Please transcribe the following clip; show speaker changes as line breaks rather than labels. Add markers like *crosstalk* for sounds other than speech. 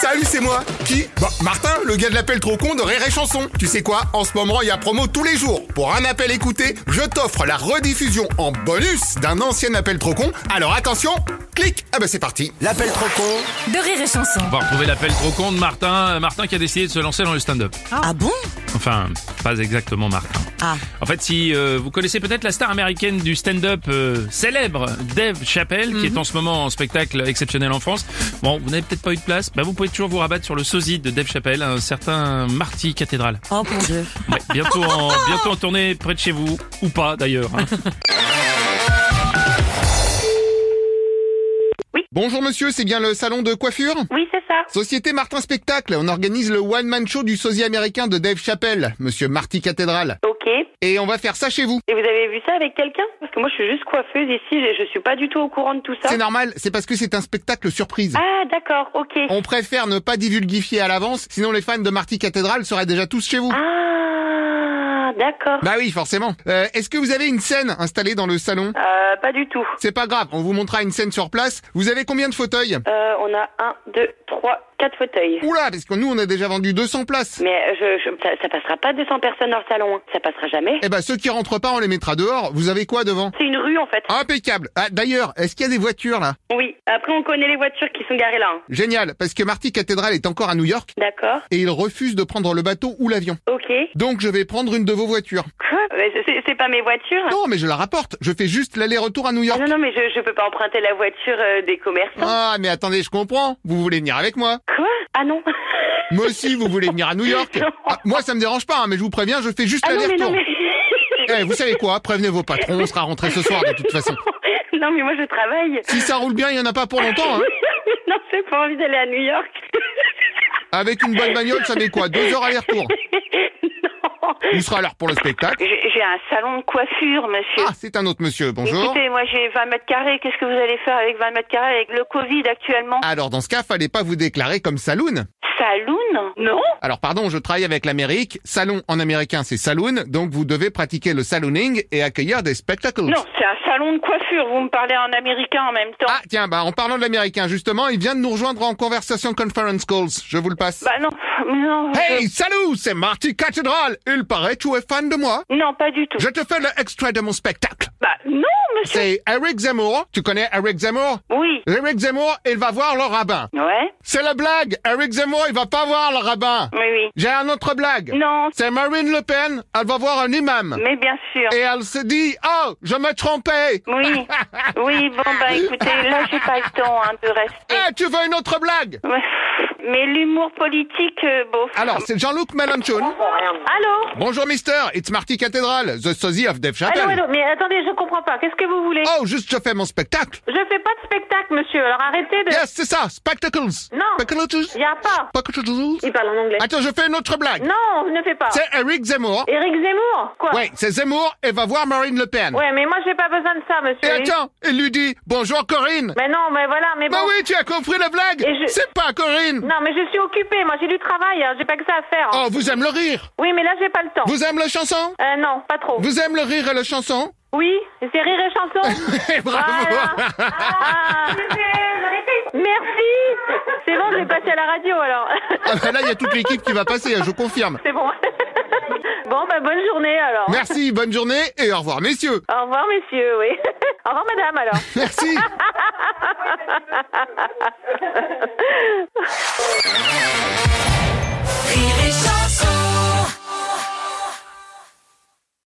Salut, c'est moi. Qui Bah, Martin, le gars de l'appel trop con de Rire et Chanson. Tu sais quoi En ce moment, il y a promo tous les jours. Pour un appel écouté, je t'offre la rediffusion en bonus d'un ancien appel trop con. Alors attention, clique. Ah bah c'est parti.
L'appel trop con
de rire et chanson.
On va retrouver l'appel trop con de Martin. Euh, Martin qui a décidé de se lancer dans le stand-up.
Ah bon
Enfin, pas exactement Martin.
Ah.
En fait, si euh, vous connaissez peut-être la star américaine du stand-up euh, célèbre, Dave Chappelle, qui est
Mhm.
en ce moment en spectacle exceptionnel en France. Bon, vous n'avez peut-être pas eu de place. Bah, vous pouvez toujours vous rabattre sur le sosie de Dave Chappelle, un certain Marty Cathédrale.
Oh mon dieu.
Ouais, bientôt, en, bientôt en tournée près de chez vous, ou pas d'ailleurs. hein.
Bonjour monsieur, c'est bien le salon de coiffure
Oui, c'est ça.
Société Martin Spectacle, on organise le One Man Show du sosie américain de Dave Chappelle, monsieur Marty Cathédrale.
Ok. Et
Et on va faire ça chez vous.
vous avez vu ça avec quelqu'un Parce que moi, je suis juste coiffeuse ici, je, je suis pas du tout au courant de tout ça.
C'est normal, c'est parce que c'est un spectacle surprise.
Ah, d'accord, ok.
On préfère ne pas divulguifier à l'avance, sinon les fans de Marty Cathédrale seraient déjà tous chez vous.
Ah, d'accord.
Bah oui, forcément. Euh, Est-ce que vous avez une scène installée dans le salon
Euh, pas du tout.
C'est pas grave, on vous montrera une scène sur place. Vous avez combien de fauteuils
Euh, on a un, deux, trois, quatre fauteuils.
Oula, parce que nous on a déjà vendu 200 places.
Mais euh, je, je- ça, ça passera pas 200 personnes dans le salon. hein. Ça passera jamais.
Eh ben ceux qui rentrent pas, on les mettra dehors. Vous avez quoi devant
C'est une rue, en fait.
Impeccable. Ah d'ailleurs, est-ce qu'il y a des voitures là
Oui. Après, on connaît les voitures qui sont garées là. hein.
Génial, parce que Marty Cathédrale est encore à New York
D'accord.
et il refuse de prendre le bateau ou l'avion.
Ok.
Donc je vais prendre une de vos voitures.
Quoi Mais c'est- c'est- C'est pas mes voitures
Non, mais je la rapporte. Je fais juste l'aller-retour à New
Ah,
York.
non, non, mais je, je peux pas emprunter la voiture euh, des commerçants.
Ah, mais attendez, je comprends. Vous voulez venir avec moi
Quoi Ah non. *laughs*
Moi aussi, vous voulez venir à New York
Non.
Ah, Moi, ça me dérange pas, hein, mais je vous préviens, je fais juste
Ah non, mais non,
l'aller-retour.
mais...
Eh, vous savez quoi Prévenez vos patrons, on sera rentrés ce soir de toute façon.
*laughs* non, mais moi, je travaille.
Si ça roule bien, il y en a pas pour longtemps. Eh, Hein.
*laughs* non, j'ai pas envie d'aller à New York. *laughs*
Avec une bonne bagnole, ça met quoi Deux heures aller-retour.
non.
On sera à l'heure pour le spectacle.
J'ai j'ai un salon de coiffure, monsieur.
Ah, c'est un autre monsieur, bonjour.
Écoutez, moi j'ai 20 mètres carrés. Qu'est-ce que vous allez faire avec 20 mètres carrés avec le Covid actuellement
Alors, dans ce cas, fallait pas vous déclarer comme saloon.
Saloon Non
Alors, pardon, je travaille avec l'Amérique. Salon en américain, c'est saloon. Donc, vous devez pratiquer le salooning et accueillir des spectacles.
Non, c'est un salon de coiffure. Vous me parlez en américain en même temps.
Ah, tiens, bah, en parlant de l'américain, justement, il vient de nous rejoindre en conversation conference calls. Je vous le passe.
Bah non, non. je-
Hey, salut, c'est Marty Cathédrale. Il paraît que tu es fan de moi.
Non, pas du tout.
Je te fais le extrait de mon spectacle.
Bah non, monsieur.
C'est Eric Zemmour. Tu connais Eric Zemmour?
Oui.
Eric Zemmour, il va voir le rabbin.
Ouais
C'est la blague. Eric Zemmour, il va pas voir le rabbin.
Oui, oui.
J'ai un autre blague.
Non,
C'est Marine Le Pen. Elle va voir un imam.
mais bien sûr.
Et elle se dit, oh, je me trompais.
Oui. Oui, bon, bah écoutez, là j'ai pas le temps hein, de
Eh,
rester.
tu veux une autre blague?
Ouais. Mais l'humour politique, euh, bon.
Alors, c'est Jean-Luc Mélenchon.
Allô
Bonjour, mister. It's Marty Cathédrale, the sosie of Dave Chappelle.
Allô, allô, Ah mais attendez, je comprends pas. Qu'est-ce que vous voulez
Oh, juste, je fais mon spectacle.
Je fais pas de spectacle, monsieur, alors arrêtez
*laughs*
de...
Yes, c'est ça, spectacles.
Non.
Spectacles.
Y a pas.
Spectacles.
Il parle en anglais.
Attends, je fais une autre blague.
Non, ne fais pas.
Ah. C'est Eric Zemmour.
Éric Zemmour Quoi
Ouais, c'est Zemmour et va voir Marine Le Pen.
Ouais, mais moi j'ai pas besoin de ça,
Et
monsieur.
attends, il lui dit bonjour Corinne.
Mais non, mais voilà, mais
Bah
bon...
oui, tu as compris la blague.
Et je-
C'est pas Corinne.
Non, mais je suis occupée, moi j'ai du travail, hein, j'ai pas que ça à faire. hein.
Oh, vous aimez le rire.
Oui, mais là j'ai pas le temps.
Vous aimez la chanson
Euh, non, pas trop.
Vous aimez le rire et la chanson
Oui, c'est rire et chanson
*laughs* Eh, Bravo.
Voilà. Ah. Merci C'est bon, je vais passer à la radio alors.
*laughs* Ah bah là, il y a toute l'équipe qui va passer, hein, je confirme.
*laughs* C'est bon. *laughs* Bon, bah bonne journée alors.
Merci, bonne journée et au revoir, messieurs.
Au revoir, *laughs* messieurs, oui. Au revoir, madame, alors.
Merci.